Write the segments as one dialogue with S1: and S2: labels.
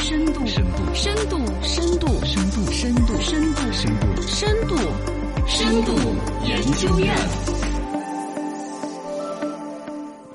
S1: 深度，
S2: 深度，深度，
S1: 深度，
S2: 深度，深度，
S1: 深度，
S2: 深度，深度研究院。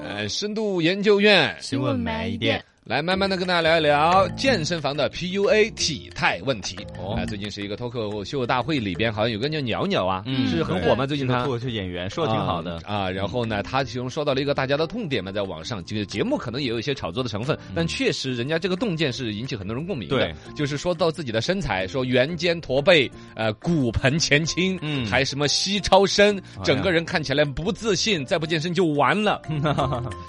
S1: 呃，深度研究院
S3: 新闻慢一点。
S1: 来慢慢的跟大家聊一聊健身房的 PUA 体态问题。
S3: 哦
S1: 啊，最近是一个脱口秀大会里边，好像有个叫鸟鸟啊，
S3: 嗯
S1: 是很火吗？最近
S3: 这个
S1: 他
S3: 脱口秀演员说的挺好的，
S1: 啊啊然后呢，他其中说到了一个大家的痛点嘛，在网上这个节目可能也有一些炒作的成分，但确实人家这个洞见是引起很多人共鸣的
S3: 嗯对。
S1: 就是说到自己的身材，说圆肩驼背，呃，骨盆前倾，
S3: 嗯哎
S1: 还什么膝超伸，
S3: 呀
S1: 整个人看起来不自信，再不健身就完 了。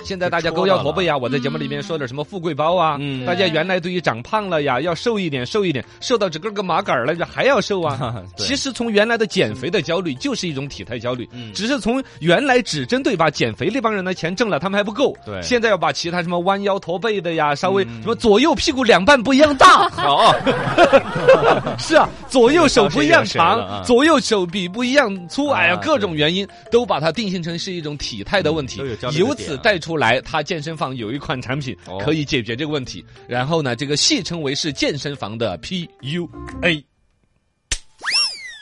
S1: 现在大家
S3: 被戳
S1: 勾腰
S3: 到
S1: 驼
S3: 了
S1: 背啊，我在节目里面说点什么富贵包啊，
S3: 嗯
S1: 大家原来对于长胖了呀，要瘦一点，瘦一点，瘦到整个个麻杆儿了，还要瘦啊
S3: 。对
S1: 其实从原来的减肥的焦虑，就是一种体态焦虑，
S3: 嗯
S1: 只是从原来只针对把减肥那帮人的钱挣了，他们还不够，
S3: 对嗯
S1: 现在要把其他什么弯腰驼背的呀，稍微什么左右屁股两半不一样大，好， 是啊，左右手不一样
S3: 这个当时也有谁了
S1: 长
S3: 啊，
S1: 左右手比不一样粗，哎呀，
S3: 啊
S1: 各种原因都把它定性成是一种体态的问题
S3: 嗯都有焦，虑的
S1: 由此
S3: 点啊
S1: 带出来，它健身房有一款产品
S3: 哦
S1: 可以解决这个问题，然后呢，这个戏称为是健身房的 PUA。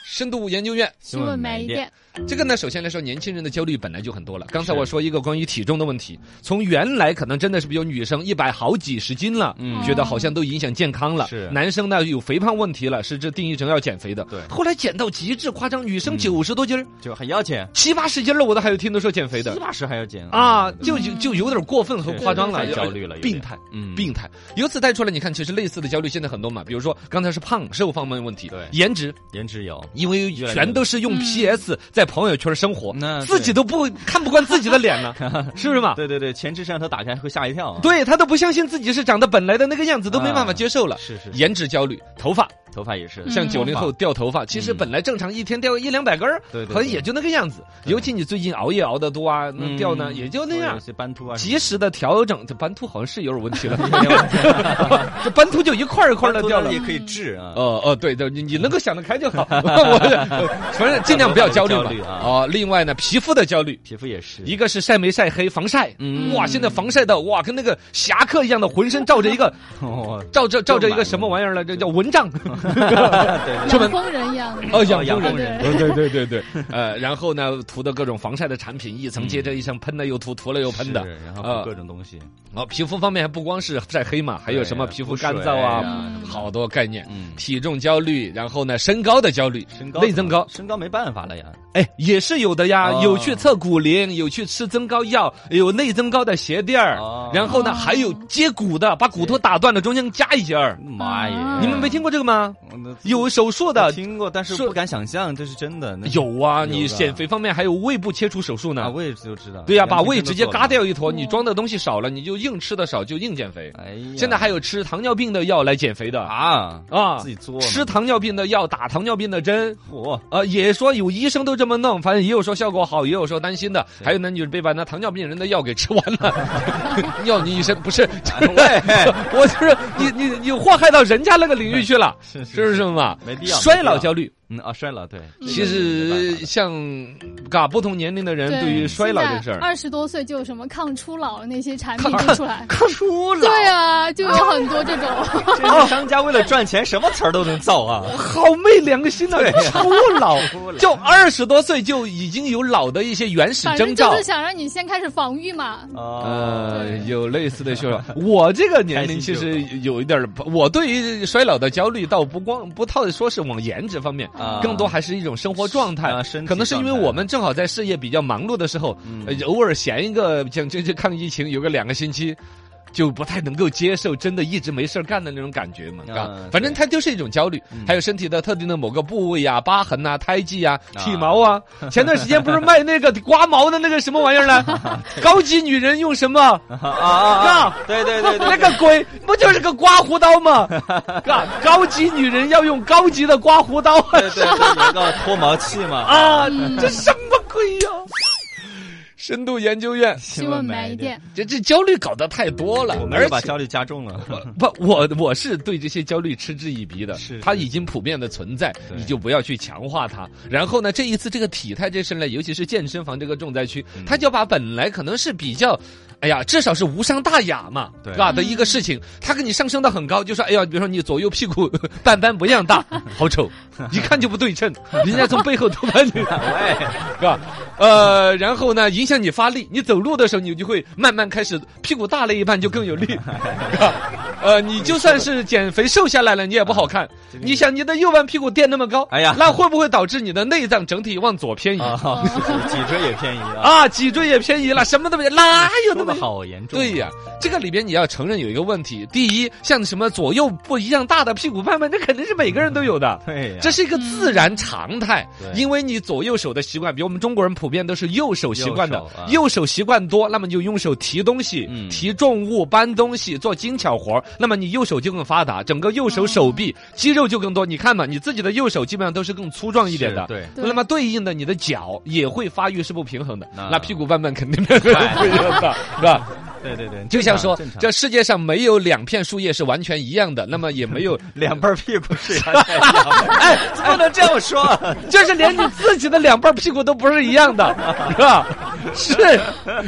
S1: 深度研究院
S3: 新闻慢一点，
S1: 这个呢，首先来说，年轻人的焦虑本来就很多了。刚才
S3: 是
S1: 我说一个关于体重的问题，从原来可能真的是，比如女生一百好几十斤了，
S3: 嗯
S1: 觉得好像都影响健康了。
S3: 是
S1: 男生呢有肥胖问题了，是这定义成要减肥的。
S3: 对
S1: 后来减到极致夸张，女生
S3: 嗯
S1: 九十多斤儿、
S3: 就还要减，
S1: 七八十斤儿了，我都还有听都说减肥的
S3: 七。八十还要减
S1: 啊，
S3: 嗯
S1: 就就就有点过分和夸张了，
S3: 太焦虑了有点
S1: 病态，
S3: 嗯
S1: 病态。由此带出来，你看，其实类似的焦虑现在很多嘛，比如说刚才是胖瘦方面问题，
S3: 对
S1: 颜值，
S3: 颜值有，
S1: 因为
S3: 越来越
S1: 全都是用 PS 在朋友圈生活，
S3: 那
S1: 自己都不看不惯自己的脸了，是不是嘛？
S3: 啊对对对，前置摄像头打开会吓一跳啊，
S1: 对他都不相信自己是长得本来的那个样子，都没办法接受了。
S3: 是是是
S1: 颜值焦虑，头发
S3: 头发也是，
S1: 像
S2: 嗯
S1: 九零后掉头发，其实
S3: 嗯
S1: 本来正常一天掉一两百根儿，
S3: 对对对
S1: 好像也就那个样子。尤其你最近熬夜熬得多啊，那
S3: 嗯
S1: 掉呢也就那样
S3: 有。些斑秃啊，
S1: 及时的调整，这斑秃好像是有点 问题了，这斑秃就一块儿一块
S3: 块
S1: 儿的掉了
S3: 也。可以治啊，
S1: 哦哦，对对，你你能够想得开就好， 我反正尽量不要焦虑嘛
S3: 焦虑。啊
S1: 哦，另外呢，皮肤的焦虑，
S3: 皮肤也是，
S1: 一个是晒没晒黑，防晒，
S3: 嗯
S1: 哇，现在防晒的哇，跟那个侠客一样的，浑身罩着一 个
S3: 哦，
S1: 罩着罩着一个什么玩意儿来着，叫蚊 帐。
S3: 对
S1: 出门
S2: 像疯人一样。
S1: 哦，
S3: 养
S1: 养
S3: 工
S1: 工人，
S2: 人
S1: 对对对对对，呃，然后呢，涂的各种防晒的产品，一层接着一层，喷了又涂，涂了又喷的，
S3: 嗯是然后
S1: 呃
S3: 补各种东西，
S1: 哦，皮肤方面还不光是晒黑嘛，还有什么
S3: 对
S1: 皮肤
S3: 补
S1: 干
S3: 水
S1: 燥啊，
S3: 呀
S2: 嗯
S1: 好多概念。
S3: 嗯，
S1: 体重焦虑，然后呢，身高的焦虑，
S3: 身高
S1: 内增高，
S3: 身高没办法了呀，
S1: 哎，也是有的呀。
S3: 哦
S1: 有去测骨龄，有去吃增高药，有内增高的鞋垫儿，
S3: 哦
S1: 然后呢，
S2: 哦
S1: 还有接骨的，把骨头打断了，中间加一节儿。
S3: 妈耶，
S2: 嗯
S1: 你们没听过这个吗？
S3: 没
S1: 有手术的，
S3: 听过，但是
S1: 说
S3: 不敢想象这是真的，那
S1: 有啊。
S3: 有
S1: 你
S3: 的
S1: 减肥方面还有胃部切除手术
S3: 啊，
S1: 呢。
S3: 胃就知道，
S1: 对呀、
S3: 杨
S1: 把
S3: 紫
S1: 胃
S3: 真的
S1: 直接
S3: 做了
S1: 嘎，掉一坨，你装的东西少了，你就硬吃的少，就硬减肥。
S3: 哎呀，
S1: 现在还有吃糖尿病的药来减肥的
S3: 啊
S1: 啊
S3: 自己做
S1: 吃糖尿病的药，打糖尿病的针。
S3: 火，
S1: 呃，也说有医生都这么弄，反正也有说效果好，也有说担心的。还有呢，你就是被把那糖尿病人的药给吃完 了，要你一身不是？就是
S3: 喂
S1: 我就是你你你祸害到人家那个领域去了，
S3: 是是
S1: 是不是嘛？
S3: 没必要
S1: 衰
S3: 没必要
S1: 老焦虑，
S3: 嗯啊，衰老对，
S1: 其实
S3: 嗯
S1: 像嘎不同年龄的人
S2: 对
S1: 对于衰老这事儿，
S2: 二十多岁就有什么抗初老那些产品就出来，
S1: 初老
S2: 对啊，就有很多这 种。
S3: 这商家为了赚钱，什么词儿都能造啊，
S1: 好没良心啊！初老，就二十多岁就已经有老的一些原始
S2: 反
S1: 征
S2: 正
S1: 兆
S2: 就是。想让你先开始防御嘛。
S3: 啊，
S1: 呃，
S2: 对
S1: 有类似的需要。我这个年龄
S3: 开
S1: 其
S3: 心就
S1: 实有一点儿不，我对于衰老的焦虑倒不光不套说是往颜值方面，
S3: 啊
S1: 更多还是一种生活状态
S3: 啊身。体
S1: 可能是因为
S3: 状态嗯
S1: 我们正好在事业比较忙碌的时候，呃偶尔闲一个，像这这抗疫情有个两个星期。就不太能够接受真的一直没事儿干的那种感觉嘛，
S3: 啊
S1: 啊反正它就是一种焦虑，还有身体的特定的某个部位呀、疤痕呐、胎记呀、
S3: 啊
S1: 体毛啊。 前段时间不是卖那个刮毛的那个什么玩意儿呢？ 高级女人用什么？
S3: 啊啊啊，对对对对，
S1: 那个鬼不就是个刮胡刀 吗？高高级女人要用高级的刮胡刀啊
S3: 对对对，有一个脱毛器嘛，
S1: 啊！这什么鬼呀、深度研究院，
S2: 新闻买一点，，
S1: 这这焦虑搞得太多了
S3: 我，们
S1: 而
S3: 又把
S1: 且
S3: 焦虑加重了，
S1: 不，我我是对这些焦虑嗤之以鼻的，
S3: 是
S1: 它已经普遍的存在，
S3: 对
S1: 你就不要去强化它。然后呢，
S3: 嗯
S1: 这一次这个体态这事呢，尤其是健身房这个重灾区，它就把本来可能是比较哎呀，至少是无伤大雅嘛，
S3: 对嗯
S1: 吧？的一个事情，他给你上升到很高，就说哎呀，比如说你左右屁股 半般不一样大，好 丑，一看就不对称，人家从背后偷拍你，
S3: 哎，
S1: 是吧？呃，然后呢，影响你发力，你走路的时候你就会慢慢开始屁股大了一半就更有 力，是吧？呃，你就算是减肥瘦下来了，你也不好看。你想你的右半屁股垫那么高，
S3: 哎呀
S1: 那会不会导致你的内脏整体往左偏移？
S3: 啊， 脊椎也偏移啊，
S1: 啊，脊椎也偏移了，什么都没有，哪有那
S3: 说
S1: 么
S3: 的好严重啊，
S1: 对呀、这个里边你要承认有一个问题，第一，像什么左右不一样大的屁股拌拌，那肯定是每个人都有的。
S3: 对呀，
S1: 这是一个自然常态，
S3: 嗯对
S1: 因为你左右手的习惯，比如我们中国人普遍都是右手习惯的
S3: 右手啊，
S1: 右手习惯多，那么你就用手提东西、
S3: 嗯
S1: 提重物、搬东西、做精巧活儿那么你右手就更发达，整个右手手臂
S3: 嗯
S1: 肌肉就更多。你看嘛，你自己的右手基本上都是更粗壮一点的
S3: 是，对，
S1: 那么对应的，你的脚也会发育是不平衡的，
S3: 那
S1: 那屁股拌拌肯定的不一样的，是吧？
S3: 对对对，
S1: 就像说
S3: 正，常
S1: 这世界上没有两片树叶是完全一样的，那么也没有，
S3: 两半屁股 是呀，哎，不能这样说，
S1: 就是连你自己的两半屁股都不是一样的，是吧？是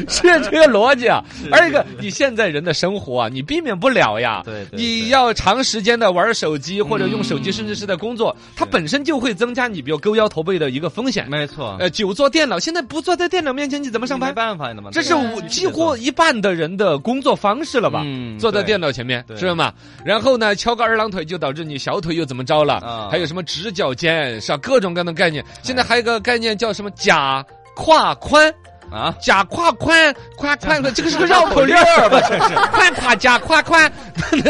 S1: 是这个逻辑啊。二一个，你现在人的生活啊，你避免不了呀。
S3: 对对对嗯
S1: 你要长时间的玩手机或者用手机，甚至是在工作，它本身就会增加你比如勾腰驼背的一个风险。
S3: 没错，
S1: 呃，久坐电脑，现在不坐在电脑面前，你怎么上
S3: 没
S1: 班？
S3: 办法的嘛，
S1: 这是我几乎一半的人的工作方式了吧？
S3: 嗯
S1: 坐在
S3: 对
S1: 电脑前面
S3: 对
S1: 是吗？然后呢，敲个二郎腿就导致你小腿又怎么着了？
S3: 啊哎
S1: 还有什么直角肩是吧？各种各样的概念。现在还有一个概念叫什么假胯宽。
S3: 啊，
S1: 假胯宽，宽 宽，这个是个绕口令儿吧？宽胯假胯 宽，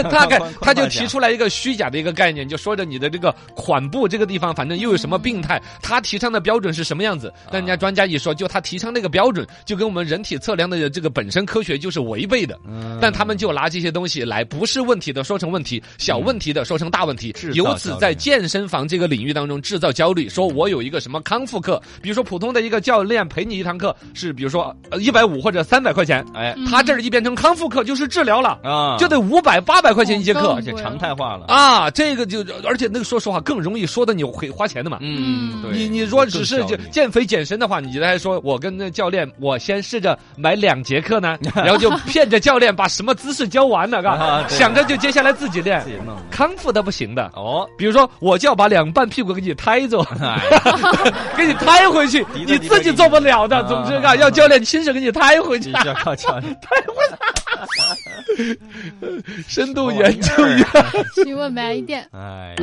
S1: 大概
S3: 宽宽
S1: 他就
S3: 胯
S1: 提
S3: 假
S1: 出来一个虚假的一个概念，就说着你的这个髋部这个地方，反正又有什么病
S3: 嗯
S1: 态，他提倡的标准是什么样子？但人家专家一说，就他提倡那个标准，就跟我们人体测量的这个本身科学就是违背的。
S3: 嗯
S1: 但他们就拿这些东西来，不是问题的说成问题，小问题的说成大问题
S3: 制，造
S1: 由此
S3: 焦虑
S1: 在健身房这个领域当中制造焦虑。说我有一个什么康复课，比如说普通的一个教练陪你一堂课是比如说呃一百嗯五或者三百块钱，
S3: 哎
S2: 嗯
S1: 他这儿一变成康复课就是治疗了，
S3: 啊，
S1: 就得五百八百块钱一节
S2: 哦
S1: 课
S3: 而且常态化了，
S1: 嗯啊，这个就而且那个说实话更容易说的你会花钱的嘛。
S2: 嗯
S3: 对
S1: 你你说
S3: 更
S1: 只是
S3: 焦
S1: 就
S3: 虑
S1: 减肥健身的话，你还说我跟那教练，我先试着买两节课 呢，然后就骗着教练把什么姿势教完了，嘎
S3: 啊，对
S1: 想着就接下来自己练
S3: 自己弄
S1: 康复的不行的。
S3: 哦，
S1: 比如说，我就要把两半屁股给你抬走，
S3: 哎，
S1: 给你抬回 去，
S3: 的
S1: 你自己做不了的。总之啊，
S3: 啊
S1: 要教练亲手给你抬回
S3: 你
S1: 去。
S3: 需要靠 墙，
S1: 深
S3: 哦
S1: 度研究一下
S2: 去问买一店。
S3: 哎，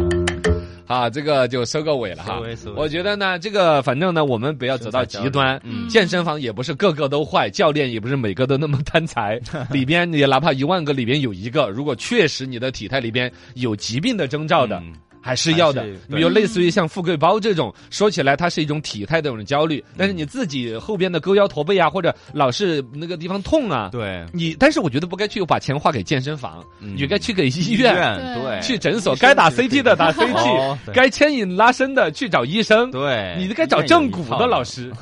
S1: 啊，这个就收个尾了哈
S3: 收尾收。尾
S1: 我觉得呢，这个反正呢，我们不要走到极端。
S2: 嗯
S1: 健身房也不是个个都坏，教练也不是每个都那么贪 财。里边也哪怕一万个里边有一个，如果确实你的体态里边有疾病的征兆的，
S3: 嗯
S1: 还是要的
S3: 还是。
S1: 比
S3: 对
S1: 如类似于像富贵包这种，说起来它是一种体态的一种焦
S3: 嗯
S1: 虑，但是你自己后边的勾腰驼背啊，或者老是那个地方痛啊，
S3: 对，
S1: 你但是我觉得不该去把钱花给健身房，
S3: 嗯
S1: 你该去给医院。
S3: 对，
S1: 去诊所，该打 CT 的打 CT，
S3: 哦对
S1: 该牵引拉伸的去找医生。
S3: 对，
S1: 你该找正骨的老 师，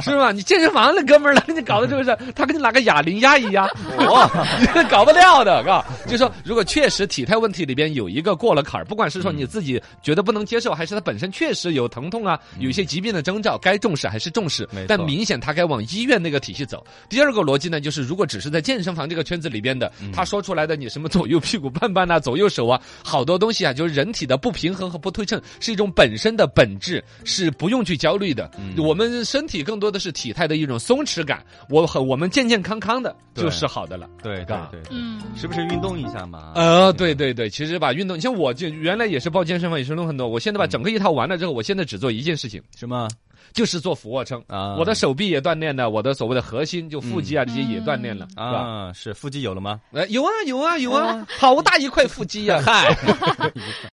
S1: 是吧？你健身房那哥们儿来给你搞的就是， 他给你拿个哑铃压一 压，你 搞不掉的， 嘎。就说如果确实体态问题里边有一个过了坎儿，不管是说你自己觉得不能接受，还是他本身确实有疼痛啊，有一些疾病的征兆，该重视还是重视
S3: 嗯没错，
S1: 但明显他该往医院那个体系走。第二个逻辑呢，就是如果只是在健身房这个圈子里边的，
S3: 嗯
S1: 他说出来的你什么左右屁股拌拌啊，左右手啊，好多东西啊，就是人体的不平衡和不对称是一种本身的本质，是不用去焦虑的。
S3: 嗯
S1: 我们身体更多的是体态的一种松弛感，我很我们健健康康的
S3: 对
S1: 就是好的了。
S3: 对对对，对
S2: 嗯，
S3: 时不时运动一下嘛，
S1: 呃，对对对，其实吧，运动，像我就原来也是报健身房，也是弄很多。我现在把整个一套完了之后，我现在只做一件事情，
S3: 什么
S1: 就是做俯卧撑。
S3: 啊？
S1: 我的手臂也锻炼了，我的所谓的核心就腹肌啊这些也锻炼了，是吧？
S3: 啊，是腹肌有了吗？
S1: 哎，有啊有啊有啊，好大一块腹肌呀、嗨。